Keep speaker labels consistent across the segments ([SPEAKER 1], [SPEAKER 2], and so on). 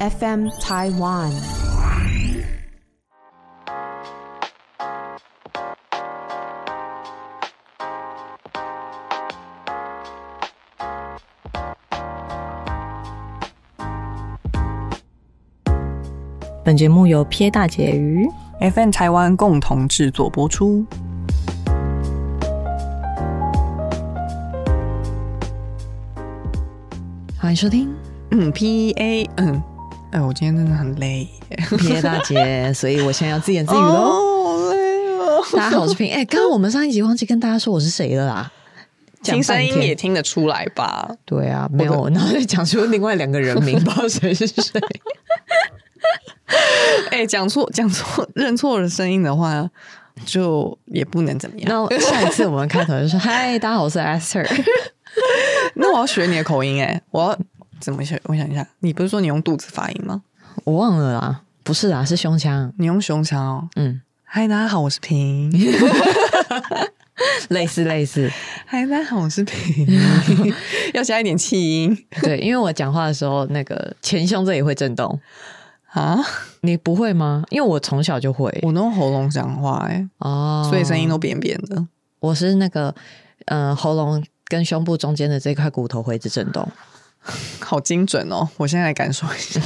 [SPEAKER 1] FM Taiwan。
[SPEAKER 2] 本节目由撇大姐鱼
[SPEAKER 3] FN 台湾共同制作播出。
[SPEAKER 2] 欢迎收听
[SPEAKER 3] 嗯，P A，嗯，哎，我今天真的很累，
[SPEAKER 2] 撇大 姐，所以我现在要自言自语喽。
[SPEAKER 3] 哦，好累哦。
[SPEAKER 2] 大家好，我 是平。哎、刚刚我们上一集忘记跟大家说我是谁了啦。讲
[SPEAKER 3] 听
[SPEAKER 2] 半
[SPEAKER 3] 声音也
[SPEAKER 2] 天
[SPEAKER 3] 听得出来吧？
[SPEAKER 2] 对啊，没有，然后就讲出另外两个人名，不 知道谁是 谁。
[SPEAKER 3] 哎，讲错讲错认错了声音的话，就也不能怎么样。
[SPEAKER 2] 那下一次我们开头 就说：“嗨，大家好，我是 Esther。
[SPEAKER 3] 那我要学你的口音哎，我要怎么学？我想一下，你不是说你用肚子发音吗？”
[SPEAKER 2] 我忘了啦，不是啦，是胸腔。
[SPEAKER 3] 你用胸腔哦。
[SPEAKER 2] 嗯，
[SPEAKER 3] 嗨，大家好，我是平。
[SPEAKER 2] 类似类似。
[SPEAKER 3] 嗨，大家好，我是 平。要加一点气音
[SPEAKER 2] 对，因为我讲话的时候，那个前胸这里会震动。
[SPEAKER 3] 啊！
[SPEAKER 2] 你不会吗？因为我从小就会
[SPEAKER 3] 我都用喉咙讲话哎，
[SPEAKER 2] 哦，
[SPEAKER 3] 所以声音都扁扁的。
[SPEAKER 2] 我是那个呃喉咙跟胸部中间的这块骨头会一直震动。
[SPEAKER 3] 好精准哦！我现在来感受 一下，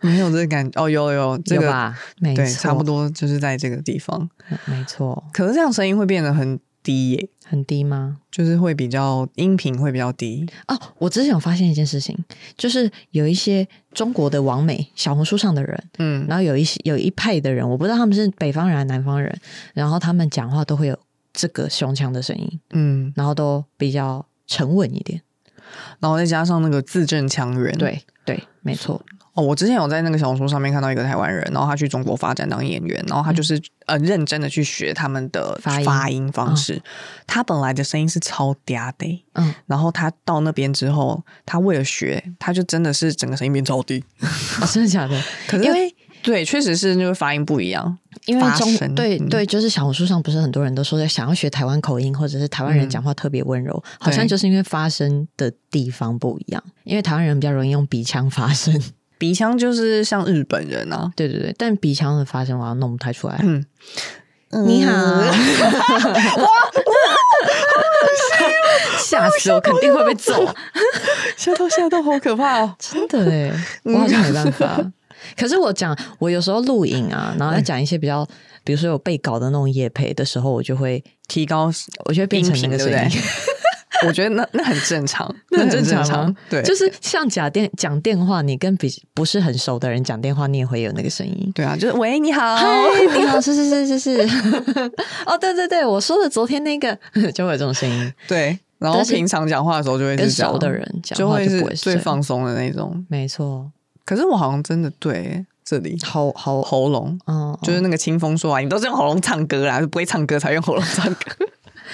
[SPEAKER 3] 没有这个感哦，有有这
[SPEAKER 2] 有
[SPEAKER 3] 个，
[SPEAKER 2] 吧？没错，
[SPEAKER 3] 对，差不，多就是在这个地方。
[SPEAKER 2] 没错，
[SPEAKER 3] 可是这样声音会变得很低耶，
[SPEAKER 2] 很低吗？
[SPEAKER 3] 就是会比较音频会比较低。
[SPEAKER 2] 哦，我之前有发现一件事情，就是有一些中国的网美小红书上的人，
[SPEAKER 3] 嗯，
[SPEAKER 2] 然后有一些有一派的人，我不知道他们是北方人还是南方人，然后他们讲话都会有这个胸腔的声音，
[SPEAKER 3] 嗯，
[SPEAKER 2] 然后都比较沉稳一点。
[SPEAKER 3] 然后再加上那个字正腔圆。，
[SPEAKER 2] 对对，没错，
[SPEAKER 3] 哦，我之前有在那个小红书上面看到一个台湾人，然后他去中国发展当演员，然后他就是、呃认真的去学他们的
[SPEAKER 2] 嗯发音
[SPEAKER 3] 发音方式。他本来的声音是超嗲的耶、欸
[SPEAKER 2] 嗯，
[SPEAKER 3] 然后他到那边之后，他为了学，他就真的是整个声音变超低。
[SPEAKER 2] 哦真的假的？
[SPEAKER 3] 可是
[SPEAKER 2] 因为
[SPEAKER 3] 对，确实是那个发音不一样。
[SPEAKER 2] 因为
[SPEAKER 3] 发
[SPEAKER 2] 中
[SPEAKER 3] 声
[SPEAKER 2] 对
[SPEAKER 3] 嗯
[SPEAKER 2] 对，就是小红书上不是很多人都说想要学台湾口音，或者是台湾人
[SPEAKER 3] 嗯
[SPEAKER 2] 讲话特别温柔，好像
[SPEAKER 3] 对
[SPEAKER 2] 就是因为发声的地方不一样，因为台湾人比较容易用鼻腔发声，
[SPEAKER 3] 鼻腔就是像日本人啊，
[SPEAKER 2] 对对对，但鼻腔的发声我好像弄不太出来。
[SPEAKER 3] 嗯，
[SPEAKER 2] 你好，吓死我，肯定会被揍， 啊
[SPEAKER 3] 吓到吓到，好可怕哦！
[SPEAKER 2] 真的哎，
[SPEAKER 3] 嗯
[SPEAKER 2] 我好像没办法。可是我讲，我有时候录影啊，然后
[SPEAKER 3] 嗯
[SPEAKER 2] 要讲一些比较，比如说有被搞的那种夜配的时候，我就会，
[SPEAKER 3] 提高，
[SPEAKER 2] 我就会变成
[SPEAKER 3] 音
[SPEAKER 2] 那
[SPEAKER 3] 频
[SPEAKER 2] 个声
[SPEAKER 3] 对不对
[SPEAKER 2] 音。
[SPEAKER 3] 我觉得那 那很正常，
[SPEAKER 2] 那很
[SPEAKER 3] 很
[SPEAKER 2] 正
[SPEAKER 3] 常啊
[SPEAKER 2] 常吗？
[SPEAKER 3] 对，
[SPEAKER 2] 就是像讲电讲电话，你跟比不是很熟的人讲电话，你也会有那个声音。
[SPEAKER 3] 对啊，就是喂，你好，
[SPEAKER 2] 嗨，你好，是是是是是， 哦，对对对，我说的昨天那个 就会有这种声音，
[SPEAKER 3] 对。然后
[SPEAKER 2] 但是
[SPEAKER 3] 平常讲话的时候就会
[SPEAKER 2] 跟
[SPEAKER 3] 是这样
[SPEAKER 2] 熟的人讲
[SPEAKER 3] 就
[SPEAKER 2] 话
[SPEAKER 3] 会
[SPEAKER 2] 就是不会
[SPEAKER 3] 最
[SPEAKER 2] 这样
[SPEAKER 3] 放松的那种。
[SPEAKER 2] 没错，
[SPEAKER 3] 可是我好像真的对这里
[SPEAKER 2] 好好，
[SPEAKER 3] 喉咙，
[SPEAKER 2] 嗯，
[SPEAKER 3] 就是那个清风说啊，你都是用喉咙唱歌啦，不会唱歌才用喉咙唱歌。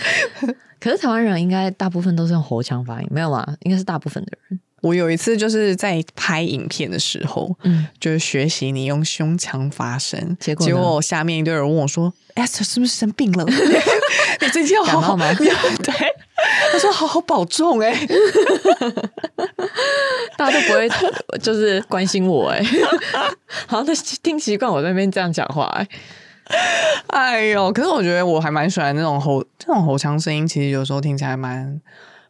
[SPEAKER 2] 可是台湾人应该大部分都是用喉腔发音，没有啦，应该是大部分的人，
[SPEAKER 3] 我有一次就是在拍影片的时候，
[SPEAKER 2] 嗯，
[SPEAKER 3] 就是学习你用胸腔发声，
[SPEAKER 2] 结果呢
[SPEAKER 3] 结果下面一堆人问我说：“Esther 是不是生病了？ 你最近要好好
[SPEAKER 2] 感冒吗
[SPEAKER 3] 你要对， 他说：“好好保重哎、
[SPEAKER 2] 大家都不会 就是关心我哎、 好像都听习惯我在那边这样讲话哎、
[SPEAKER 3] 哎呦，可是我觉得我还蛮喜欢那种喉这种喉腔声音，其实有时候听起来蛮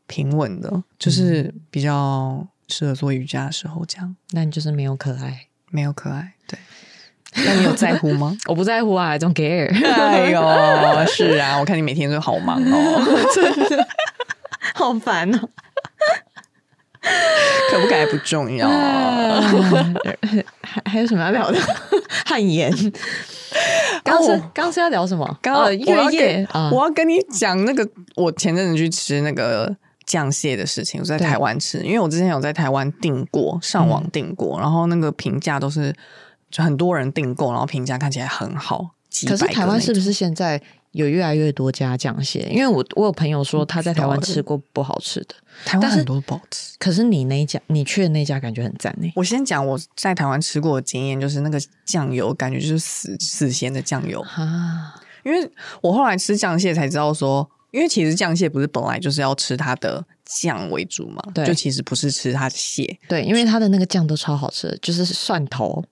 [SPEAKER 3] 平稳的，就是
[SPEAKER 2] 嗯
[SPEAKER 3] 比较适合做瑜伽的时候这样，
[SPEAKER 2] 那你就是没有可爱，
[SPEAKER 3] 没有可爱。对， 那你有在乎吗？
[SPEAKER 2] 我不在乎啊，I don't care，
[SPEAKER 3] 哎呦，是啊，我看你每天都好忙 哦，
[SPEAKER 2] 好烦 哦、
[SPEAKER 3] 可不可爱不重要。呃
[SPEAKER 2] 啊 还还有什么要聊的？ 汗颜。刚是
[SPEAKER 3] 哦
[SPEAKER 2] 刚是要聊什么？
[SPEAKER 3] 刚
[SPEAKER 2] 哦
[SPEAKER 3] 刚我
[SPEAKER 2] 月
[SPEAKER 3] 要嗯
[SPEAKER 2] 夜
[SPEAKER 3] 跟
[SPEAKER 2] 啊，
[SPEAKER 3] 呃我要跟你讲那个，我前阵子去吃那个酱蟹的事情，我在
[SPEAKER 2] 对
[SPEAKER 3] 台湾吃，因为我之前有在台湾订过，上网订过，然后那个评价都是就很多人订购，然后评价看起来很好，几
[SPEAKER 2] 可
[SPEAKER 3] 百个
[SPEAKER 2] 是
[SPEAKER 3] 那
[SPEAKER 2] 台湾是不是现在有越来越多家酱蟹？因为我我有朋友说他在台湾
[SPEAKER 3] 不知道欸
[SPEAKER 2] 吃过不好吃的，
[SPEAKER 3] 台湾
[SPEAKER 2] 但是
[SPEAKER 3] 很多不好吃。
[SPEAKER 2] 可是你那一家你去的那家感觉很赞呢、
[SPEAKER 3] 我先讲我在台湾吃过的经验，就是那个酱油感觉就是死死咸的酱油，
[SPEAKER 2] 啊，
[SPEAKER 3] 因为我后来吃酱蟹才知道说，因为其实酱蟹不是本来就是要吃它的酱为主嘛，
[SPEAKER 2] 对
[SPEAKER 3] 就其实不是吃它的蟹，
[SPEAKER 2] 对，因为它的那个酱都超好吃的，就是蒜头，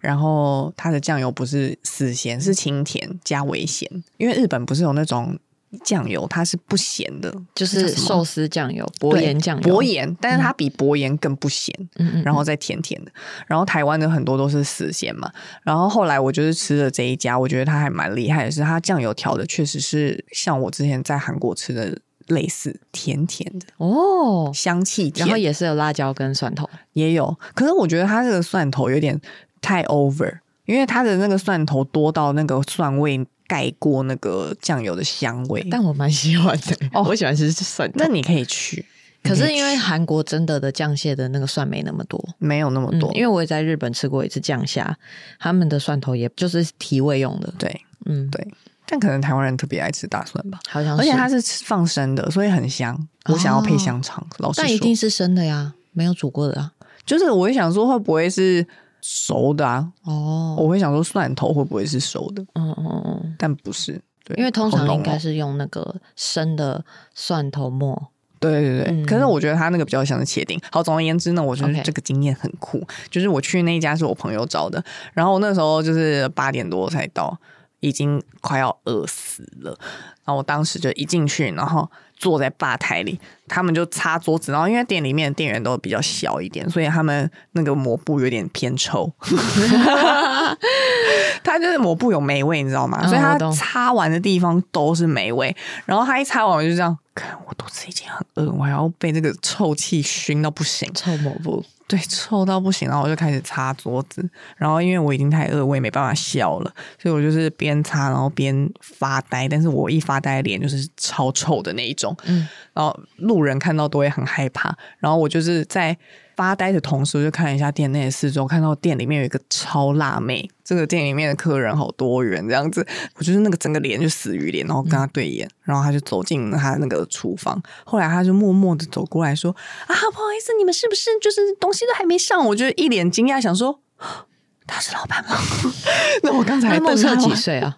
[SPEAKER 3] 然后它的酱油不是死咸，是清甜加微咸，因为日本不是有那种酱油它是不咸的，
[SPEAKER 2] 就
[SPEAKER 3] 那
[SPEAKER 2] 是
[SPEAKER 3] 叫什么
[SPEAKER 2] 寿司酱油、薄
[SPEAKER 3] 对
[SPEAKER 2] 盐酱油、
[SPEAKER 3] 薄，盐，但是它比薄盐更不咸，
[SPEAKER 2] 嗯嗯，
[SPEAKER 3] 然后再甜甜的。然后台湾的很多都是死咸嘛，然后后来我就是吃了这一家，我觉得它还蛮厉害的是，它酱油调的确实是像我之前在韩国吃的类似，甜甜的，
[SPEAKER 2] 哦，
[SPEAKER 3] 香气甜，
[SPEAKER 2] 然后也是有辣椒跟蒜头，
[SPEAKER 3] 也有，可是我觉得它这个蒜头有点太 over，因为它的那个蒜头多到那个蒜味盖过那个酱油的香味。
[SPEAKER 2] 但我蛮喜欢的，
[SPEAKER 3] 哦
[SPEAKER 2] 我喜欢吃蒜头
[SPEAKER 3] 那。你可以去，
[SPEAKER 2] 可
[SPEAKER 3] 你
[SPEAKER 2] 是
[SPEAKER 3] 以
[SPEAKER 2] 因为
[SPEAKER 3] 去
[SPEAKER 2] 韩国真的的酱蟹的那个蒜没那么多，
[SPEAKER 3] 没有那么多，
[SPEAKER 2] 嗯，因为我也在日本吃过一次酱虾，他们的蒜头也就是提味用的，
[SPEAKER 3] 对
[SPEAKER 2] 嗯，
[SPEAKER 3] 对，但可能台湾人特别爱吃大蒜吧。
[SPEAKER 2] 好像是，
[SPEAKER 3] 而且它是吃放生的，所以很香。我想要配
[SPEAKER 2] 哦
[SPEAKER 3] 香肠，老实
[SPEAKER 2] 但一
[SPEAKER 3] 说
[SPEAKER 2] 定，是生的呀，没有煮过的啊。
[SPEAKER 3] 就是我会想说会不会是熟的啊？
[SPEAKER 2] 哦，
[SPEAKER 3] 我会想说蒜头会不会是熟的？
[SPEAKER 2] 嗯嗯嗯，
[SPEAKER 3] 但不是，对，
[SPEAKER 2] 因为通
[SPEAKER 3] 好
[SPEAKER 2] 常
[SPEAKER 3] 浓
[SPEAKER 2] 应该
[SPEAKER 3] 哦
[SPEAKER 2] 是用那个生的蒜头末，
[SPEAKER 3] 对对对，
[SPEAKER 2] 嗯
[SPEAKER 3] 可是我觉得他那个比较像是切丁。好，总而言之呢，我觉得
[SPEAKER 2] OK
[SPEAKER 3] 这个经验很酷。就是我去那一家是我朋友找的，然后我那时候就是八点多才到，已经快要饿死了。然后我当时就一进去，然后坐在吧台里，他们就擦桌子，然后因为店里面的店员都比较小一点，所以他们那个抹布有点偏臭。 他就是抹布有霉味，你知道吗？
[SPEAKER 2] 嗯
[SPEAKER 3] 所以他
[SPEAKER 2] 我懂
[SPEAKER 3] 擦完的地方都是霉味。然后他一擦完，我就这样，看我肚子已经很饿，我还要被这个臭气熏到不行，
[SPEAKER 2] 臭抹布。
[SPEAKER 3] 对，臭到不行。然后我就开始擦桌子，然后因为我已经太饿，我也没办法笑了，所以我就是边擦然后边发呆。但是我一发呆，脸就是超臭的那一种。
[SPEAKER 2] 嗯，
[SPEAKER 3] 然后路人看到都会很害怕。然后我就是在发呆的同时，我就看了一下店内的四周，看到店里面有一个超辣妹，这个店里面的客人好多人这样子，我就是那个整个脸就死鱼脸，然后跟他对眼，然后他就走进他那个厨房，后来他就默默的走过来说：“啊，不好意思，你们是不是就是东西都还没上？”我就一脸惊讶，想说。他是老板吗？ 那我刚
[SPEAKER 2] 那
[SPEAKER 3] 才瞪
[SPEAKER 2] 目
[SPEAKER 3] 他
[SPEAKER 2] 测
[SPEAKER 3] 几
[SPEAKER 2] 几岁 啊？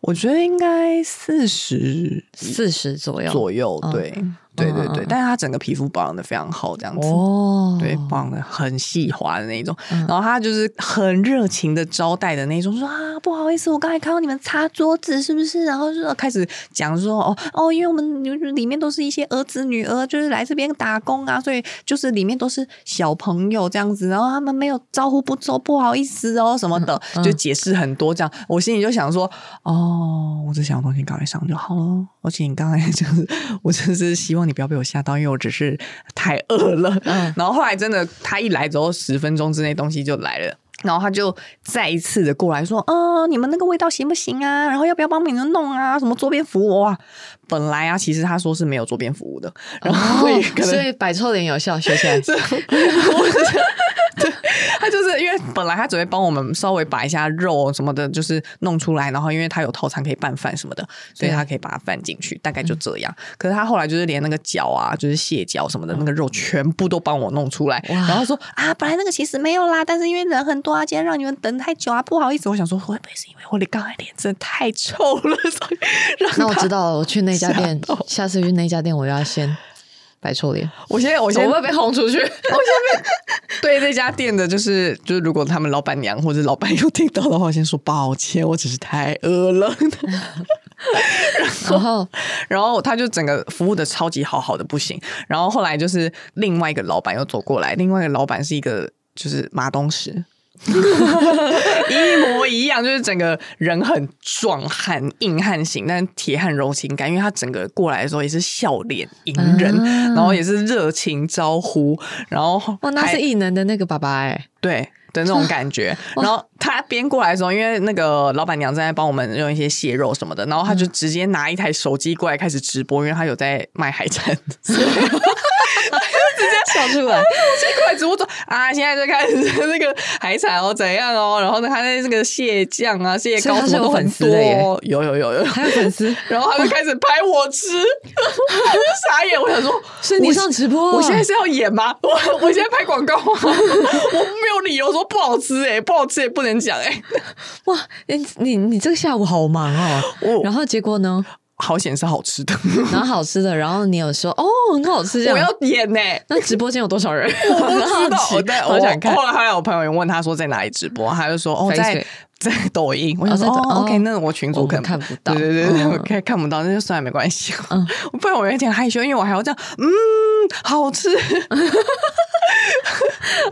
[SPEAKER 3] 我觉得应该四十
[SPEAKER 2] 四十左右。
[SPEAKER 3] 左右，
[SPEAKER 2] 嗯
[SPEAKER 3] 对，对对
[SPEAKER 2] 嗯
[SPEAKER 3] 对，
[SPEAKER 2] 嗯
[SPEAKER 3] 但是他整个皮肤保养的非常好，这样子。
[SPEAKER 2] 哦，
[SPEAKER 3] 对，保养的很细滑的那一种，
[SPEAKER 2] 嗯
[SPEAKER 3] 然后他就是很热情的招待的那一种，说啊不好意思，我刚才看到你们擦桌子是不是？然后就开始讲说哦哦，因为我们里面都是一些儿子女儿，就是来这边打工啊，所以就是里面都是小朋友这样子，然后他们没有招呼不周，不好意思哦什么的，
[SPEAKER 2] 嗯嗯
[SPEAKER 3] 就解释很多这样。我心里就想说，哦，我只想东西赶快上就好了。而且你刚才 就是，我真是希望你不要被我吓到，因为我只是太饿了。
[SPEAKER 2] 嗯
[SPEAKER 3] 然后后来真的，他一来之后，十分钟之内东西就来了。然后他就再一次的过来说：“嗯，你们那个味道行不行啊？然后要不要帮你们弄啊？什么桌边服务啊？本来啊，其实他说是没有桌边服务的，然后
[SPEAKER 2] 哦
[SPEAKER 3] 也可能、
[SPEAKER 2] 所以摆臭脸有效，学起 来。
[SPEAKER 3] 这，我是这样对， 他就是因为本来他只会帮我们稍微把一下肉什么的，就是弄出来，然后因为他有套餐可以拌饭什么的，所以
[SPEAKER 2] 对
[SPEAKER 3] 他可以把它拌进去，大概就这样。
[SPEAKER 2] 嗯
[SPEAKER 3] 可是他后来就是连那个脚啊，就是蟹脚什么的，那个肉全部都帮我弄出来，
[SPEAKER 2] 哇
[SPEAKER 3] 然后说啊，本来那个其实没有啦，但是因为人很多啊，今天让你们等太久啊，不好意思。我想说会不会是因为我的刚才脸真的太臭了，所以让
[SPEAKER 2] 那我
[SPEAKER 3] 他
[SPEAKER 2] 知道了，我去那家店
[SPEAKER 3] 吓到，
[SPEAKER 2] 下次去那家店我要先摆臭脸，
[SPEAKER 3] 我现在 我
[SPEAKER 2] 我
[SPEAKER 3] 现在
[SPEAKER 2] 会被轰出去。
[SPEAKER 3] 对这家店的，就是就是，如果他们老板娘或者老板有听到的话，我先说抱歉，我只是太饿了。
[SPEAKER 2] 然后
[SPEAKER 3] 然后他就整个服务的超级好，好的不行。然后后来就是另外一个老板又走过来，另外一个老板是一个就是马 东石。一模一样，就是整个人很壮汉、硬汉型，但是铁汉柔情感，因为他整个过来的时候也是笑脸迎人，
[SPEAKER 2] 啊
[SPEAKER 3] 然后也是热情招呼，然后
[SPEAKER 2] 哇，那
[SPEAKER 3] 还
[SPEAKER 2] 是异能的那个爸爸哎，
[SPEAKER 3] 对的那种 感觉。然后他边过来的时候，因为那个老板娘正在帮我们用一些蟹肉什么的，然后他就直接拿一台手机过来开始直播，因为他有在卖 海产。 所以
[SPEAKER 2] 直接笑出来。
[SPEAKER 3] 过来直播说啊，现在就开始那个海产哦，怎样哦，然后呢，他的这个蟹酱啊、蟹膏什么都很
[SPEAKER 2] 所
[SPEAKER 3] 多
[SPEAKER 2] 以他是有粉丝的
[SPEAKER 3] 哦，有有有有。
[SPEAKER 2] 还有粉丝，
[SPEAKER 3] 然后他就开始拍我吃，我傻眼，我想说，
[SPEAKER 2] 所以你
[SPEAKER 3] 我
[SPEAKER 2] 上直播啊，
[SPEAKER 3] 我现在是要演吗？ 我我现在拍广告吗？ 我没有理由说不好吃哎、不好吃也不能讲哎、
[SPEAKER 2] 哇，你你你这个下午好忙哦。
[SPEAKER 3] 我
[SPEAKER 2] 然后结果呢？
[SPEAKER 3] 好险是好吃的，
[SPEAKER 2] 然后好吃的，然后你有说哦很好 吃这
[SPEAKER 3] 我
[SPEAKER 2] 样
[SPEAKER 3] 要，演 呢、
[SPEAKER 2] 那直播间有多少人？我
[SPEAKER 3] 我不知道，我在
[SPEAKER 2] 好想看
[SPEAKER 3] 我。后来后来我朋友也问他说在哪里直播，他就说哦在
[SPEAKER 2] Facebook
[SPEAKER 3] 在抖音。我想说
[SPEAKER 2] 哦在抖
[SPEAKER 3] 哦
[SPEAKER 2] 哦
[SPEAKER 3] OK，那我群
[SPEAKER 2] 我
[SPEAKER 3] 主
[SPEAKER 2] 们
[SPEAKER 3] 可能
[SPEAKER 2] 看不到
[SPEAKER 3] 对对对对，
[SPEAKER 2] 嗯
[SPEAKER 3] 我 看看不到，那就算了，没关系。
[SPEAKER 2] 嗯
[SPEAKER 3] 我不然我有点害羞，因为我还要这样，嗯，好吃，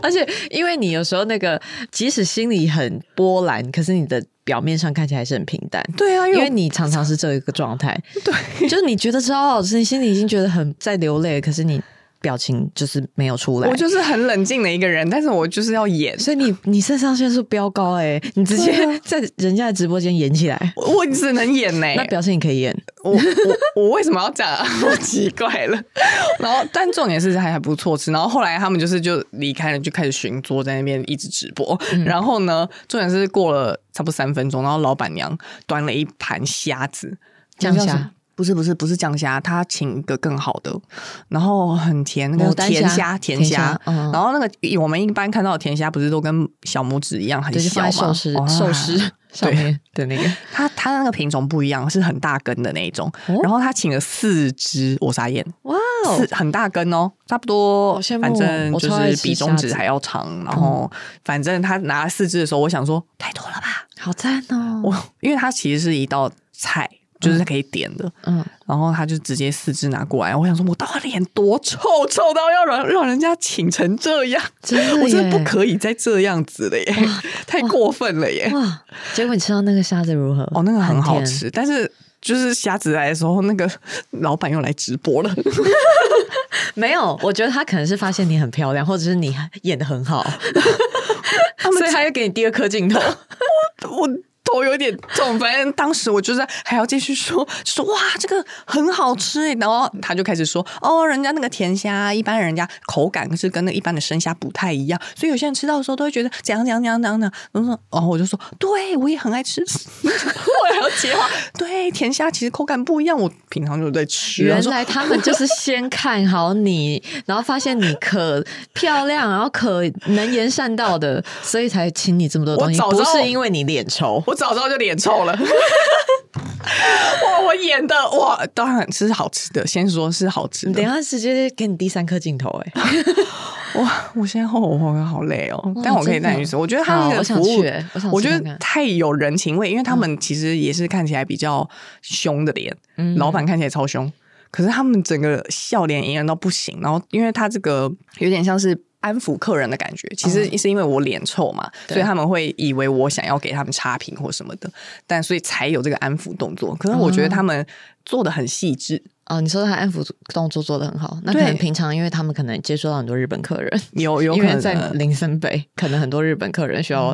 [SPEAKER 2] 而且因为你有时候那个，即使心里很波澜，可是你的表面上看起来还是很平淡。
[SPEAKER 3] 对啊，因
[SPEAKER 2] 因
[SPEAKER 3] 为
[SPEAKER 2] 为你常常是这一个状态，
[SPEAKER 3] 我对
[SPEAKER 2] 就是你觉得超好吃，你心里已经觉得很在流泪，可是你表情就是没有出来。
[SPEAKER 3] 我就是很冷静的一个人，但是我就是要演。
[SPEAKER 2] 所以 你你肾上腺素飙高哎、你直接
[SPEAKER 3] 对啊 哎
[SPEAKER 2] 在人家的直播间演起来，
[SPEAKER 3] 我我只能演呢、
[SPEAKER 2] 那表示你可以演。
[SPEAKER 3] 我我我为什么要这样、啊？ 我奇怪了。然后，但重点是还还不错吃。然后后来他们就是就离开了，就开始巡桌，在那边一直直播。
[SPEAKER 2] 嗯
[SPEAKER 3] 然后呢，重点是过了差不多三分钟，然后老板娘端了一盘虾子，
[SPEAKER 2] 酱虾
[SPEAKER 3] 那叫什么。不是不是不是酱虾，她请一个更好的，然后很甜，那
[SPEAKER 2] 牡
[SPEAKER 3] 个
[SPEAKER 2] 丹
[SPEAKER 3] 甜
[SPEAKER 2] 虾
[SPEAKER 3] 虾甜
[SPEAKER 2] 甜
[SPEAKER 3] 虾
[SPEAKER 2] 虾，嗯
[SPEAKER 3] 然后那个我们一般看到的甜虾不是都跟小拇指一样很
[SPEAKER 2] 就是
[SPEAKER 3] 小
[SPEAKER 2] 放
[SPEAKER 3] 吗？
[SPEAKER 2] 在寿司
[SPEAKER 3] 哇
[SPEAKER 2] 寿司上面的那个，
[SPEAKER 3] 它它那个品种不一样，是很大根的那一种。
[SPEAKER 2] 哦
[SPEAKER 3] 然后他请了四只，我傻眼，
[SPEAKER 2] 哇
[SPEAKER 3] 四
[SPEAKER 2] 哦！
[SPEAKER 3] 很大根哦，差不
[SPEAKER 2] 好
[SPEAKER 3] 多
[SPEAKER 2] 羡，慕哦
[SPEAKER 3] 反正
[SPEAKER 2] 我
[SPEAKER 3] 就
[SPEAKER 2] 超爱
[SPEAKER 3] 是
[SPEAKER 2] 吃
[SPEAKER 3] 比中指
[SPEAKER 2] 虾子嗯
[SPEAKER 3] 还要长。然后反正他拿了四只的时候，我想说太多了吧，
[SPEAKER 2] 好赞哦！
[SPEAKER 3] 我因为它其实是一道菜，就是可以点的。
[SPEAKER 2] 嗯，
[SPEAKER 3] 然后他就直接四只拿过来，我想说，我到底脸多臭，臭到要让让人家请成这样，
[SPEAKER 2] 真的
[SPEAKER 3] 我真
[SPEAKER 2] 耶
[SPEAKER 3] 的不可以再这样子了耶， 太过分了耶！
[SPEAKER 2] 哇！结果你吃到那个虾子如何？
[SPEAKER 3] 哎哦，那个很好
[SPEAKER 2] 甜，
[SPEAKER 3] 吃，但是就是虾子来的时候，那个老板又来直播了，
[SPEAKER 2] 没有，我觉得他可能是发现你很漂亮，或者是你演的很 好，所以他又给你第二颗镜头。
[SPEAKER 3] 我。头有点重，反正当时我就是还要继续说，就说哇，这个很好吃哎，然后他就开始说哦，人家那个甜虾，一般人家口感是跟那一般的生虾不太一样，所以有些人吃到的时候都会觉得怎样怎样怎样怎样的，然后说，然后我就说，对我也很爱吃， 我还要接话，对，甜虾其实口感不一样，我平常就在吃，
[SPEAKER 2] 原
[SPEAKER 3] 然后说
[SPEAKER 2] 来他们就是先看好你，然后发现你可漂亮， 然后可能言善道的，所以才请你这么多东西。
[SPEAKER 3] 我早知
[SPEAKER 2] 不
[SPEAKER 3] 道
[SPEAKER 2] 是因为你脸丑，
[SPEAKER 3] 我早知道就脸臭了。 哇，我演的哇，当然是好吃的。先说是好吃
[SPEAKER 2] 你等一
[SPEAKER 3] 的。
[SPEAKER 2] 下直接给你第三颗镜头、哎，
[SPEAKER 3] 哇，我现在后我好好累哦，但我可以带你去吃。
[SPEAKER 2] 真的
[SPEAKER 3] 我觉得他
[SPEAKER 2] 好
[SPEAKER 3] 那个
[SPEAKER 2] 我
[SPEAKER 3] 服
[SPEAKER 2] 想
[SPEAKER 3] 务
[SPEAKER 2] 去欸我想，
[SPEAKER 3] 我
[SPEAKER 2] 吃
[SPEAKER 3] 觉
[SPEAKER 2] 看
[SPEAKER 3] 得
[SPEAKER 2] 看
[SPEAKER 3] 太有人情味，因为他们其实也是看起来比较凶的脸，
[SPEAKER 2] 嗯
[SPEAKER 3] 老板看起来超凶，可是他们整个笑脸隐忍到不行。然后，因为他这个有点像是。安抚客人的感觉，其实是因为我脸臭嘛，
[SPEAKER 2] 嗯对
[SPEAKER 3] 所以他们会以为我想要给他们差评或什么的，但所以才有这个安抚动作。可是我觉得
[SPEAKER 2] 哦
[SPEAKER 3] 他们做的很细致，
[SPEAKER 2] 哦，你说他安抚动作做的很好，那可
[SPEAKER 3] 对
[SPEAKER 2] 能平常因为他们可能接触到很多日本客人，
[SPEAKER 3] 有有
[SPEAKER 2] 因
[SPEAKER 3] 可
[SPEAKER 2] 为
[SPEAKER 3] 能嗯
[SPEAKER 2] 在林森北，可能很多日本客人需要、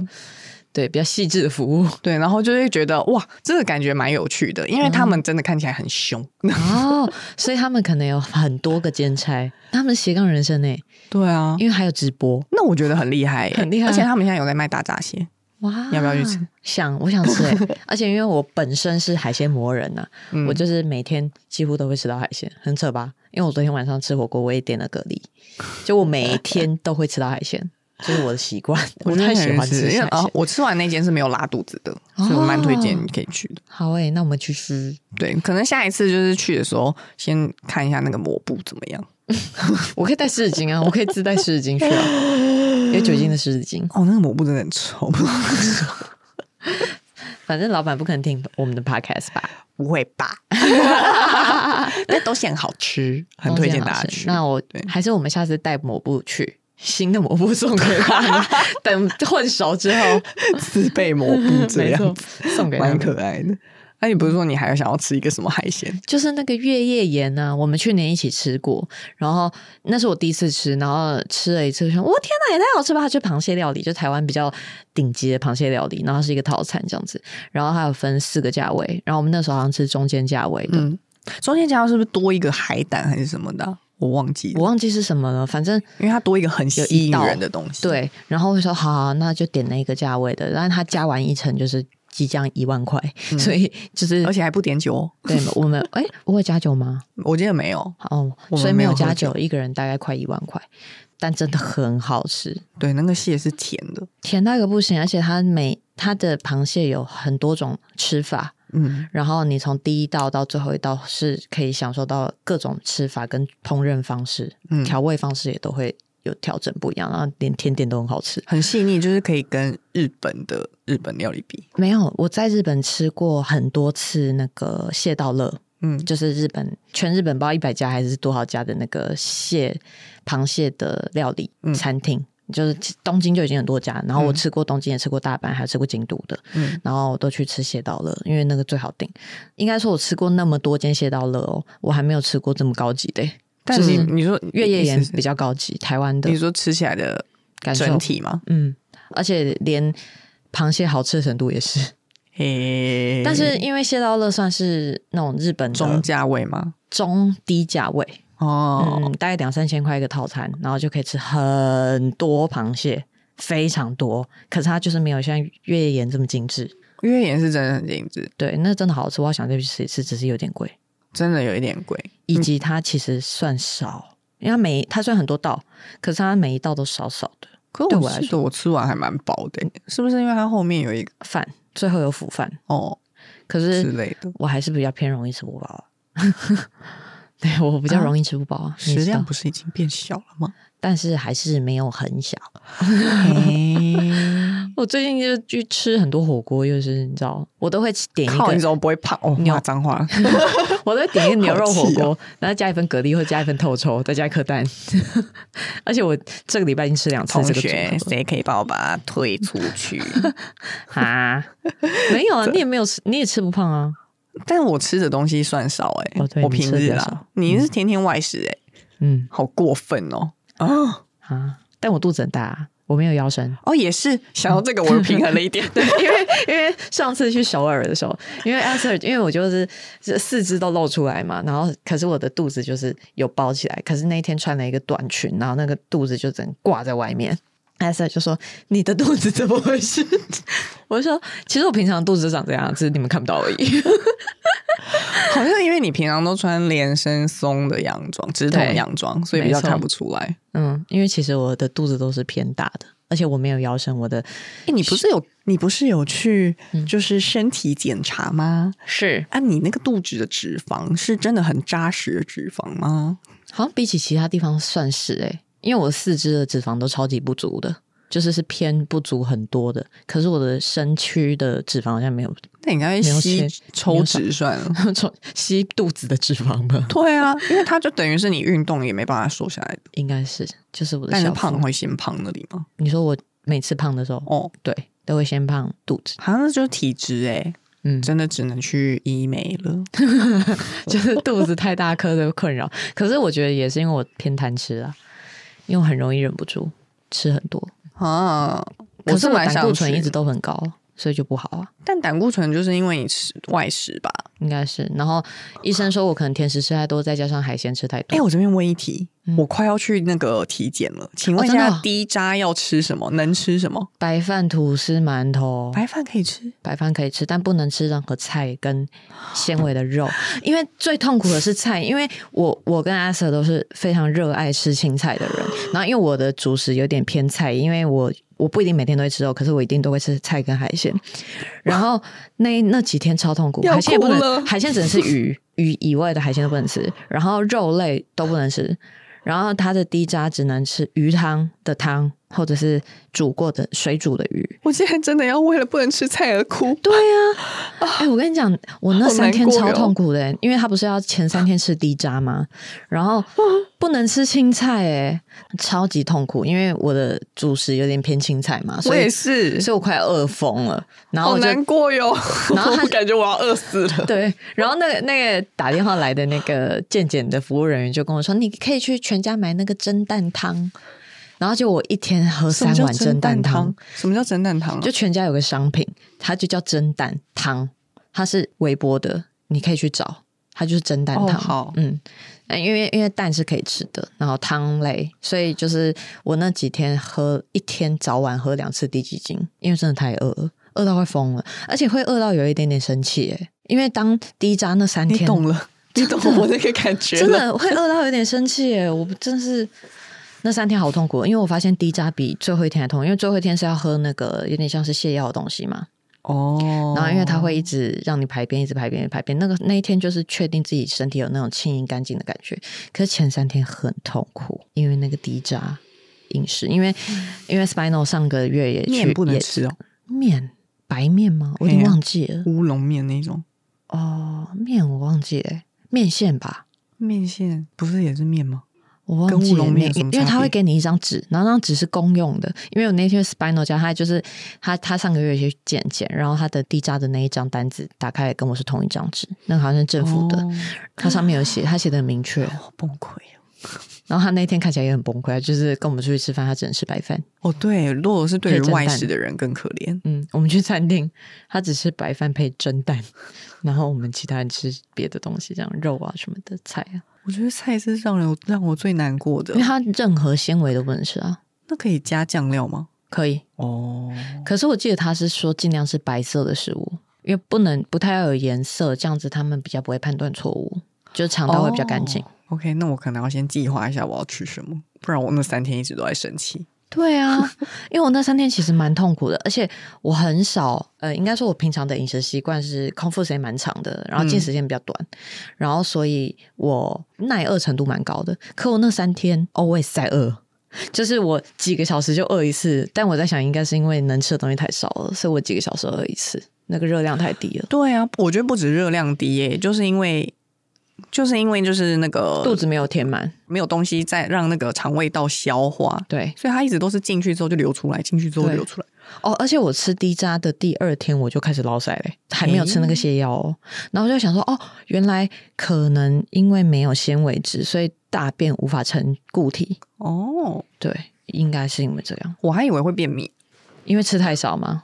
[SPEAKER 2] 对比较细致的服务
[SPEAKER 3] 对，然后就会觉得哇，这个感觉蛮有趣的，因为他们真的看起来很凶。
[SPEAKER 2] 哦， 所以他们可能有很多个兼差，他们斜杠人生呢、
[SPEAKER 3] 对啊，
[SPEAKER 2] 因为还有直播。
[SPEAKER 3] 那我觉得很厉害耶，啊
[SPEAKER 2] 很厉害
[SPEAKER 3] 而且他们现在有在卖大闸蟹，
[SPEAKER 2] 哇，
[SPEAKER 3] 要不要去吃？
[SPEAKER 2] 想，我想吃、 欸，而且因为我本身是海鲜魔人呐、啊
[SPEAKER 3] 嗯
[SPEAKER 2] 我就是每天几乎都会吃到海鲜，很扯吧？因为我昨天晚上吃火锅，我也点了蛤 蜊，就我每天都会吃到海鲜，这、是我的习 惯，我
[SPEAKER 3] 真的
[SPEAKER 2] 太
[SPEAKER 3] 很
[SPEAKER 2] 喜欢吃海
[SPEAKER 3] 因为
[SPEAKER 2] 鲜。
[SPEAKER 3] 啊、我吃完那间是没有拉肚子的，所以我蛮推荐你可以去的。
[SPEAKER 2] 好诶、那我们去吃，
[SPEAKER 3] 对，可能下一次就是去的时候，先看一下那个抹布怎么样。
[SPEAKER 2] 我可以带湿纸巾啊，我可以自带湿纸巾去 啊，有酒精的湿纸巾，
[SPEAKER 3] 哦，那个抹布真的很臭，
[SPEAKER 2] 反正老板不可能听我们的 podcast 吧。
[SPEAKER 3] 不会 吧？但都显好吃，很推荐大家去。
[SPEAKER 2] 那我
[SPEAKER 3] 对
[SPEAKER 2] 还是我们下次带抹布去，新的抹布送给他们， 等混熟之后，
[SPEAKER 3] 自备抹布 这
[SPEAKER 2] 没
[SPEAKER 3] 样
[SPEAKER 2] 错
[SPEAKER 3] 子，，
[SPEAKER 2] 送给他
[SPEAKER 3] 蛮
[SPEAKER 2] 们。
[SPEAKER 3] 可爱的。那、你不是说你还有想要吃一个什么海鲜？
[SPEAKER 2] 就是那个月夜盐呢、我们去年一起吃过，然后那是我第一次吃，然后吃了一次，我想，我哦天哪，也太好吃吧！它就是螃蟹料理，就台湾比较顶级的螃蟹料理，然后它是一个套餐这样子，然后还有分四个价位，然后我们那时候好像吃中间价位的，
[SPEAKER 3] 嗯，中间加是不是多一个海胆还是什么的啊、我忘记
[SPEAKER 2] 我
[SPEAKER 3] 了，
[SPEAKER 2] 忘记是什么了，反正
[SPEAKER 3] 因为它多一个很吸
[SPEAKER 2] 有一
[SPEAKER 3] 引
[SPEAKER 2] 道
[SPEAKER 3] 人的东西。，
[SPEAKER 2] 对，然后我说好、啊，那就点那个价位的，但是他加完一层就是即将一万块，所以就是
[SPEAKER 3] 而且还不点酒嗯哦，
[SPEAKER 2] 对我们哎，我有加酒吗？
[SPEAKER 3] 我记得没有。
[SPEAKER 2] 哦，
[SPEAKER 3] 我们
[SPEAKER 2] 所以
[SPEAKER 3] 没
[SPEAKER 2] 没
[SPEAKER 3] 有
[SPEAKER 2] 有
[SPEAKER 3] 喝
[SPEAKER 2] 加
[SPEAKER 3] 酒
[SPEAKER 2] 酒，一个人大概快一万块，但真的很好吃，
[SPEAKER 3] 对，那个蟹是甜的，
[SPEAKER 2] 甜到一个不行，而且它每它的螃蟹有很多种吃法，
[SPEAKER 3] 嗯，
[SPEAKER 2] 然后你从第一道到最后一道是可以享受到各种吃法跟烹饪方式、
[SPEAKER 3] 嗯
[SPEAKER 2] 调味方式也都会有调整不一样，然后连甜点都很好吃。
[SPEAKER 3] 很细腻，就是可以跟日本的日本料理比。
[SPEAKER 2] 没有，我在日本吃过很多次那个蟹道乐，
[SPEAKER 3] 嗯
[SPEAKER 2] 就是日本全日本不知道一百家还是多少家的那个蟹螃蟹的料理
[SPEAKER 3] 嗯
[SPEAKER 2] 餐厅。就是东京就已经很多家，然后我
[SPEAKER 3] 嗯
[SPEAKER 2] 吃过东京，也吃过大阪，还有吃过京都的，
[SPEAKER 3] 嗯
[SPEAKER 2] 然后我都去吃蟹道乐，因为那个最好订。应该说，我吃过那么多间蟹道乐哦，我还没有吃过这么高级的、欸
[SPEAKER 3] 但
[SPEAKER 2] 就是
[SPEAKER 3] 你你说
[SPEAKER 2] 月夜
[SPEAKER 3] 意
[SPEAKER 2] 盐
[SPEAKER 3] 思是
[SPEAKER 2] 比较高级，台湾的
[SPEAKER 3] 你说吃起来的
[SPEAKER 2] 感受
[SPEAKER 3] 整，体吗？
[SPEAKER 2] 嗯，而且连螃蟹好吃的程度也是。
[SPEAKER 3] 嗯诶，
[SPEAKER 2] 但是因为蟹道乐算是那种日本的
[SPEAKER 3] 中价位吗？
[SPEAKER 2] 中低价位，
[SPEAKER 3] 哦，
[SPEAKER 2] 嗯，大概两三千块一个套餐，然后就可以吃很多螃蟹，非常多。可是它就是没有像月夜盐这么精致。
[SPEAKER 3] 月夜盐是真的很精致，
[SPEAKER 2] 对，那真的好吃，我好想再去吃一次，只是有点贵，
[SPEAKER 3] 真的有一点贵。
[SPEAKER 2] 以及它其实算少，因为它每它虽然很多道，可是它每一道都少少的
[SPEAKER 3] 可是
[SPEAKER 2] 对
[SPEAKER 3] 我
[SPEAKER 2] 我来
[SPEAKER 3] 记得我吃完还蛮饱的，是不是因为它后面有一个
[SPEAKER 2] 饭，最后有腐饭，
[SPEAKER 3] 哦
[SPEAKER 2] 可
[SPEAKER 3] 之
[SPEAKER 2] 是
[SPEAKER 3] 类的？
[SPEAKER 2] 我还是比较偏容易吃不饱、啊。 对我比较容易吃不饱、啊，你
[SPEAKER 3] 食
[SPEAKER 2] 知道
[SPEAKER 3] 量不是已经变小了 吗？
[SPEAKER 2] 但是还是没有很小。
[SPEAKER 3] 嘿
[SPEAKER 2] 我最近就去吃很多火锅，就是你知道，我都会点一
[SPEAKER 3] 靠，你
[SPEAKER 2] 个，
[SPEAKER 3] 怎么不会胖？哦，
[SPEAKER 2] 牛
[SPEAKER 3] 骂脏话了。
[SPEAKER 2] 我都会点一个牛肉火
[SPEAKER 3] 好气
[SPEAKER 2] 锅，
[SPEAKER 3] 哦
[SPEAKER 2] 然后加一份蛤蜊或加一份透抽，再加一颗蛋。 而且我这个礼拜已经吃两次
[SPEAKER 3] 同
[SPEAKER 2] 这个组
[SPEAKER 3] 学，
[SPEAKER 2] 合
[SPEAKER 3] 谁可以帮我把它推出去？
[SPEAKER 2] 啊，没有啊，你也没有吃，你也吃不胖啊。
[SPEAKER 3] 但我吃的东西算少哎、
[SPEAKER 2] 哦对
[SPEAKER 3] 我
[SPEAKER 2] 你吃
[SPEAKER 3] 平
[SPEAKER 2] 的比
[SPEAKER 3] 日
[SPEAKER 2] 较
[SPEAKER 3] 啦
[SPEAKER 2] 少，
[SPEAKER 3] 你是天天外食哎、
[SPEAKER 2] 嗯
[SPEAKER 3] 好过分哦！啊
[SPEAKER 2] 啊，但我肚子很大、啊，我没有腰身。
[SPEAKER 3] 哦，也是，想到这个我又平衡了一点。 对，
[SPEAKER 2] 因为因为上次去首尔的时候，因为 a s 因为我就是这四肢都露出来嘛，然后可是我的肚子就是有包起来，可是那一天穿了一个短裙，然后那个肚子就整个挂在外面。a s 就说：“你的肚子怎么回事？” 我就说：“其实我平常肚子长这样，只是你们看不到而已。
[SPEAKER 3] 好像因为你平常都穿连身松的洋装、直筒
[SPEAKER 2] 对
[SPEAKER 3] 洋装，所以比
[SPEAKER 2] 没
[SPEAKER 3] 较
[SPEAKER 2] 错
[SPEAKER 3] 看不出来。”
[SPEAKER 2] 嗯，因为其实我的肚子都是偏大的，而且我没有腰身，我的
[SPEAKER 3] 哎、你不是有嗯你不是有去就是身体检查吗？
[SPEAKER 2] 是
[SPEAKER 3] 啊，你那个肚子的脂肪是真的很扎实的脂肪吗？
[SPEAKER 2] 好像比起其他地方算是诶、因为我四肢的脂肪都超级不足的，就是是偏不足很多的。可是我的身躯的脂肪好像没有
[SPEAKER 3] 那你应该
[SPEAKER 2] 没有
[SPEAKER 3] 吸
[SPEAKER 2] 切没
[SPEAKER 3] 抽
[SPEAKER 2] 有少
[SPEAKER 3] 脂算了。
[SPEAKER 2] 从吸肚子的脂肪吧，
[SPEAKER 3] 对啊，因为它就等于是你运动也没办法瘦下来 的，
[SPEAKER 2] 应该是就是我的
[SPEAKER 3] 但是
[SPEAKER 2] 小
[SPEAKER 3] 胖
[SPEAKER 2] 腹。
[SPEAKER 3] 会先胖那里吗？
[SPEAKER 2] 你说我每次胖的时候，
[SPEAKER 3] 哦，
[SPEAKER 2] 对，都会先胖肚子，
[SPEAKER 3] 好像就是体质哎、
[SPEAKER 2] 嗯，
[SPEAKER 3] 真的只能去医美了。
[SPEAKER 2] 就是肚子太大颗的困扰。可是我觉得也是因为我偏贪吃啊，因为我很容易忍不住吃很多。
[SPEAKER 3] 啊，
[SPEAKER 2] 可是
[SPEAKER 3] 是
[SPEAKER 2] 我
[SPEAKER 3] 蛮
[SPEAKER 2] 胆
[SPEAKER 3] 想
[SPEAKER 2] 固醇
[SPEAKER 3] 去
[SPEAKER 2] 一直，都很高，所以就不好啊。
[SPEAKER 3] 但胆固醇就是因为你吃外食吧？
[SPEAKER 2] 应该是。然后医生说我可能甜食吃太多，再加上海鲜吃太
[SPEAKER 3] 哎、
[SPEAKER 2] 多。
[SPEAKER 3] 我这边问一题、
[SPEAKER 2] 嗯
[SPEAKER 3] 我快要去那个体检了，请问一
[SPEAKER 2] 真的
[SPEAKER 3] 下，
[SPEAKER 2] 哦
[SPEAKER 3] 低渣要吃什么？能吃什么？
[SPEAKER 2] 白饭、吐司、馒头，
[SPEAKER 3] 白饭可以吃，
[SPEAKER 2] 白饭可以吃，但不能吃任何菜跟纤维的 肉，因为最痛苦的是菜。因为我我跟阿 Sir 都是非常热爱吃青菜的人，然后因为我的主食有点偏菜，因为我我不一定每天都会吃肉，可是我一定都会吃菜跟海鲜。然后那那几天超痛苦，
[SPEAKER 3] 要
[SPEAKER 2] 海鲜也不
[SPEAKER 3] 哭了
[SPEAKER 2] 能，海鲜只能吃 鱼，鱼以外的海鲜都不能吃，然后肉类都不能吃。然后它的低渣只能吃鱼汤的汤，或者是煮过的水煮的鱼，
[SPEAKER 3] 我竟然真的要为了不能吃菜而哭。
[SPEAKER 2] 对呀、哎、我跟你讲，我那
[SPEAKER 3] 啊好
[SPEAKER 2] 三
[SPEAKER 3] 难
[SPEAKER 2] 天
[SPEAKER 3] 过
[SPEAKER 2] 超
[SPEAKER 3] 哟
[SPEAKER 2] 痛苦的欸、因为他不是要前三天吃低渣吗？然 后不能吃青菜、欸，超级痛苦，因为我的主食有点偏青菜嘛，
[SPEAKER 3] 我
[SPEAKER 2] 所以
[SPEAKER 3] 也是，
[SPEAKER 2] 所以我快饿疯了，然后
[SPEAKER 3] 好
[SPEAKER 2] 我就
[SPEAKER 3] 难过哟。
[SPEAKER 2] 然后他
[SPEAKER 3] 我感觉我要饿死了。
[SPEAKER 2] 对，然后那个那个打电话来的那个健检的服务人员就跟我说，你可以去全家买那个蒸蛋汤，然后就我一天喝
[SPEAKER 3] 什么
[SPEAKER 2] 三
[SPEAKER 3] 叫
[SPEAKER 2] 碗蒸
[SPEAKER 3] 蒸
[SPEAKER 2] 蛋
[SPEAKER 3] 蛋
[SPEAKER 2] 汤
[SPEAKER 3] 汤，？什么叫蒸蛋汤啊？
[SPEAKER 2] 就全家有个商品，它就叫蒸蛋汤，它是微波的，你可以去找，它就是蒸蛋汤。
[SPEAKER 3] 哦好
[SPEAKER 2] 嗯，呃因为因为蛋是可以吃的，然后汤类，所以就是我那几天喝一天早晚喝两次低基精，因为真的太饿了，饿到快疯了，而且会饿到有一点点生气耶，因为当低渣那三
[SPEAKER 3] 你
[SPEAKER 2] 天，
[SPEAKER 3] 懂 了，你懂我那个感觉
[SPEAKER 2] 真
[SPEAKER 3] 了。
[SPEAKER 2] 的会饿到有点生气耶！我真是那三天好痛苦，因为我发现低渣比最后一天还痛，因为最后一天是要喝那个有点像是泻药的东西嘛，
[SPEAKER 3] 哦，
[SPEAKER 2] 然后因为它会一直让你排便，一直排便，一直排便。那个那一天就是确定自己身体有那种轻盈干净的感觉，可是前三天很痛苦，因为那个低渣饮食，因为、因为 Spinal 上个月也去
[SPEAKER 3] 嗯面不能
[SPEAKER 2] 也
[SPEAKER 3] 吃哦，
[SPEAKER 2] 面白面吗？我已经
[SPEAKER 3] 嘿啊
[SPEAKER 2] 忘记了、
[SPEAKER 3] 乌龙面那种
[SPEAKER 2] 哦，面我忘记了，面线吧。
[SPEAKER 3] 面线不是也是面吗？
[SPEAKER 2] 我忘记
[SPEAKER 3] 跟乌
[SPEAKER 2] 了
[SPEAKER 3] 龙
[SPEAKER 2] 那，
[SPEAKER 3] 面有什么
[SPEAKER 2] 因为
[SPEAKER 3] 差
[SPEAKER 2] 他会
[SPEAKER 3] 别
[SPEAKER 2] 给你一张纸，然后那张纸是公用的。因为我那天 spinal 家，他就是他他上个月去健检，然后他的地渣的那一张单子打开来跟我是同一张纸，那个好像是政府的，
[SPEAKER 3] 哦
[SPEAKER 2] 它上面有写，他写的很明确。
[SPEAKER 3] 好崩溃哦。
[SPEAKER 2] 然后他那天看起来也很崩溃，就是跟我们出去吃饭，他只能吃白饭。
[SPEAKER 3] 哦，对，如果是对于
[SPEAKER 2] 可以蒸
[SPEAKER 3] 外
[SPEAKER 2] 蛋
[SPEAKER 3] 食的人更可怜，
[SPEAKER 2] 嗯，我们去餐厅，他只吃白饭配蒸蛋， 然后我们其他人吃别的东西，这样肉啊什么的菜啊，
[SPEAKER 3] 我觉得菜是让人让我最难过的
[SPEAKER 2] 因为。他任何纤维都不能吃啊。
[SPEAKER 3] 那可以加酱料吗？
[SPEAKER 2] 可以，
[SPEAKER 3] 哦，
[SPEAKER 2] 可是我记得他是说尽量是白色的食物，因为不能不太要有颜色，这样子他们比较不会判断错误，就肠道会比较干净。
[SPEAKER 3] 哦 OK，那我可能要先计划一下我要吃什么，不然我那三天一直都在生气。
[SPEAKER 2] 对啊， 因为我那三天其实蛮痛苦的，而且我很少，呃，应该说我平常的饮食习惯是空腹时间蛮长的，然后进食时间比较短，然后所以我耐饿程度蛮高的。可我那三天 always 在饿。就是我几个小时就饿一次，但我在想，应该是因为能吃的东西太少了，所以我几个小时饿一次，那个热量太低了。
[SPEAKER 3] 对啊，我觉得不止热量低耶、就是因为就是因为就是那个
[SPEAKER 2] 肚子没有填满，
[SPEAKER 3] 没有东西在让那个肠胃道消化，
[SPEAKER 2] 对
[SPEAKER 3] 所以它一直都是进去之后就流出来，进去之后
[SPEAKER 2] 对
[SPEAKER 3] 流出来。
[SPEAKER 2] 哦，而且我吃低渣的第二天我就开始捞塞嘞，还没有吃那个泻药哦，然后就想说，哦，原来可能因为没有纤维质，所以大便无法成固体，
[SPEAKER 3] 哦，
[SPEAKER 2] 对，应该是因为这样，
[SPEAKER 3] 我还以为会便秘，
[SPEAKER 2] 因为吃太少嘛，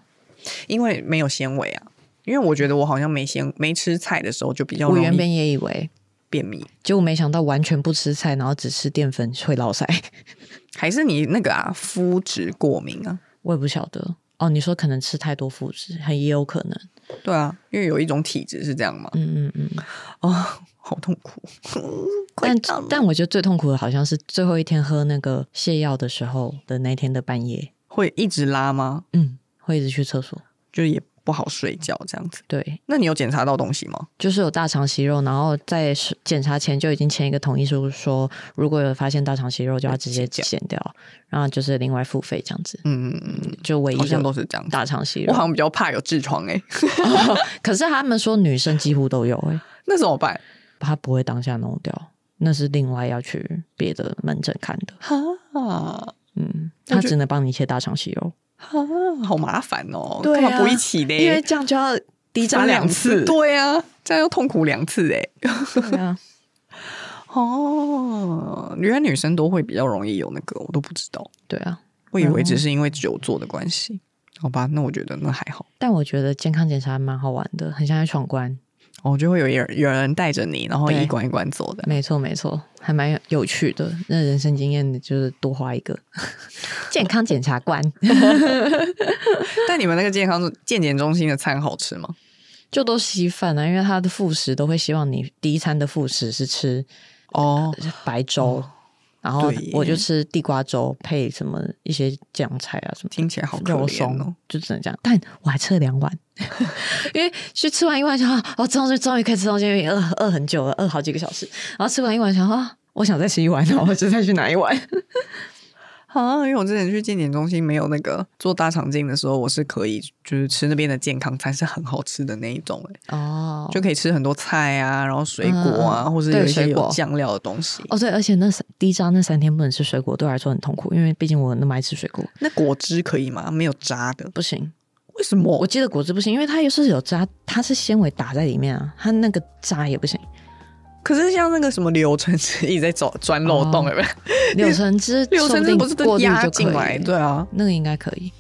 [SPEAKER 3] 因为没有纤维啊。因为我觉得我好像没纤没吃菜的时候就比较
[SPEAKER 2] 我
[SPEAKER 3] 容
[SPEAKER 2] 原
[SPEAKER 3] 易
[SPEAKER 2] 本也以为。
[SPEAKER 3] 便秘，
[SPEAKER 2] 结果没想到完全不吃菜，然后只吃淀粉会落塞，
[SPEAKER 3] 还是你那个啊肤质过敏啊？
[SPEAKER 2] 我也不晓得哦。你说可能吃太多麸质，很也有可能。
[SPEAKER 3] 对啊，因为有一种体质是这样嘛。
[SPEAKER 2] 嗯嗯嗯。
[SPEAKER 3] 哦，好痛 苦，快
[SPEAKER 2] 但
[SPEAKER 3] 到了
[SPEAKER 2] 但我觉得最痛苦的好像是最后一天喝那个泻药的时候的那天的半夜，
[SPEAKER 3] 会一直拉吗？
[SPEAKER 2] 嗯，会一直去厕所。
[SPEAKER 3] 就也不好睡觉这样子。
[SPEAKER 2] 对，
[SPEAKER 3] 那你有检查到东西吗？
[SPEAKER 2] 就是有大肠息肉，然后在是检查前就已经签一个同意书说，如果有发现大肠息肉就要直接
[SPEAKER 3] 剪掉
[SPEAKER 2] 剪掉，然后就是另外付费这样子，
[SPEAKER 3] 嗯，嗯
[SPEAKER 2] 就唯一
[SPEAKER 3] 嗯，好像
[SPEAKER 2] 有
[SPEAKER 3] 都是这样子。
[SPEAKER 2] 大肠息
[SPEAKER 3] 我
[SPEAKER 2] 肉
[SPEAKER 3] 好。像比较怕有痔疮哎、
[SPEAKER 2] 可是他们说女生几乎都有、欸，
[SPEAKER 3] 那怎么办？
[SPEAKER 2] 他不会当下弄掉，那是另外要去别的门诊看的，
[SPEAKER 3] 哈
[SPEAKER 2] 嗯，他
[SPEAKER 3] 我觉得
[SPEAKER 2] 只能帮你切大肠息肉。
[SPEAKER 3] 哈，好麻烦哦，
[SPEAKER 2] 对啊
[SPEAKER 3] 干嘛不一起嘞？
[SPEAKER 2] 因为这样就要低渣
[SPEAKER 3] 分
[SPEAKER 2] 两次，
[SPEAKER 3] 对啊，这样又痛苦两次哎、
[SPEAKER 2] 对啊，
[SPEAKER 3] 哦，原来女生都会比较容易有那个，我都不知道，
[SPEAKER 2] 对啊。
[SPEAKER 3] 我以为只是因为久坐的关系。好吧，那我觉得那还好。
[SPEAKER 2] 但我觉得健康检查蛮好玩的，很像在闯关。
[SPEAKER 3] 哦，就会有人有人带着你，然后
[SPEAKER 2] 对
[SPEAKER 3] 一关一关走的。
[SPEAKER 2] 没错，没错，还蛮有趣的。那人生经验就是多花一个 健康检察官，
[SPEAKER 3] 但你们那个健康健检中心的餐好吃吗？
[SPEAKER 2] 就都稀饭啊，因为他的副食都会希望你第一餐的副食是吃
[SPEAKER 3] 哦，
[SPEAKER 2] 白粥。然后
[SPEAKER 3] 对耶
[SPEAKER 2] 我就吃地瓜粥配什么一些酱菜啊什么的，
[SPEAKER 3] 听起来好可
[SPEAKER 2] 肉
[SPEAKER 3] 怜
[SPEAKER 2] 松
[SPEAKER 3] 哦。，
[SPEAKER 2] 就只能这样。但我还吃了两碗， 因为去吃完一碗想啊，哦，终于终于可以吃东西，因为饿饿很久了，饿好几个小时。然后吃完一碗想啊，我想再吃一碗，然后我就再去拿一碗。
[SPEAKER 3] 啊，因为我之前去健检中心没有那个做大肠镜的时候，我是可以就是吃那边的健康餐，是很好吃的那一种、欸，
[SPEAKER 2] 哦，
[SPEAKER 3] 就可以吃很多菜啊，然后水果
[SPEAKER 2] 嗯
[SPEAKER 3] 啊，
[SPEAKER 2] 嗯嗯
[SPEAKER 3] 或者
[SPEAKER 2] 对
[SPEAKER 3] 有一些
[SPEAKER 2] 水果
[SPEAKER 3] 有酱料的东西。
[SPEAKER 2] 哦对，而且那三第一张那三天不能吃水果，对我来说很痛苦，因为毕竟我那么爱吃水果，
[SPEAKER 3] 那果汁可以吗？没有渣的，
[SPEAKER 2] 不行。
[SPEAKER 3] 为什么？
[SPEAKER 2] 我记得果汁不行，因为它也是有渣，它是纤维打在里面啊，它那个渣也不 行。
[SPEAKER 3] 可是像那个什么柳橙汁一直在走钻漏洞，
[SPEAKER 2] 哦
[SPEAKER 3] 有没有？
[SPEAKER 2] 柳橙汁，
[SPEAKER 3] 柳橙汁不是
[SPEAKER 2] 过
[SPEAKER 3] 都
[SPEAKER 2] 滤
[SPEAKER 3] 压
[SPEAKER 2] 就可
[SPEAKER 3] 进
[SPEAKER 2] 以
[SPEAKER 3] 来？
[SPEAKER 2] 了嗯
[SPEAKER 3] 对啊，
[SPEAKER 2] 那个应该可以。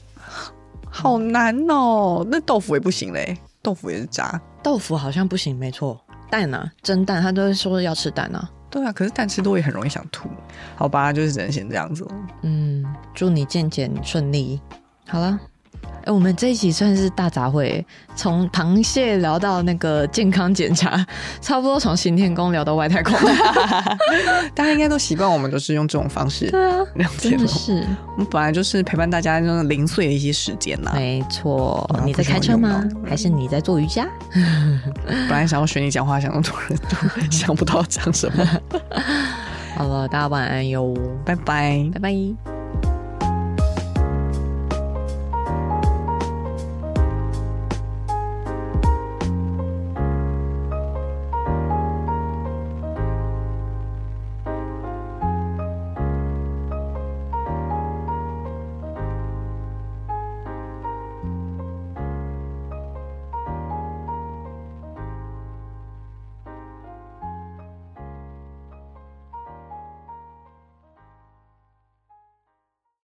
[SPEAKER 3] 好难哦。那豆腐也不行嘞，豆腐也是渣。
[SPEAKER 2] 豆腐好像不行，没错。蛋啊，蒸蛋，他都会说要吃蛋啊。
[SPEAKER 3] 对啊，可是蛋吃多也很容易想吐。好吧，就是只能先这样子了。
[SPEAKER 2] 嗯，祝你健检顺利。好了，哎、我们这一集算是大杂烩，欸从螃蟹聊到那个健康检查， 差不多从行天宫聊到外太 空。
[SPEAKER 3] 大家应该都习惯我们都是用这种方式
[SPEAKER 2] 对啊，
[SPEAKER 3] 聊
[SPEAKER 2] 真
[SPEAKER 3] 天
[SPEAKER 2] 的
[SPEAKER 3] 了。
[SPEAKER 2] 是
[SPEAKER 3] 我们本来就是陪伴大家那种零碎的一些时间啦。
[SPEAKER 2] 没错
[SPEAKER 3] 对。啊
[SPEAKER 2] 你在开车
[SPEAKER 3] 不
[SPEAKER 2] 吗
[SPEAKER 3] 是我用？脑
[SPEAKER 2] 还是你在做瑜伽？
[SPEAKER 3] 本来想要学你讲话，想到突然都 想不到讲什么。
[SPEAKER 2] 好了，大家晚安哟，
[SPEAKER 3] 拜拜。
[SPEAKER 2] 拜拜。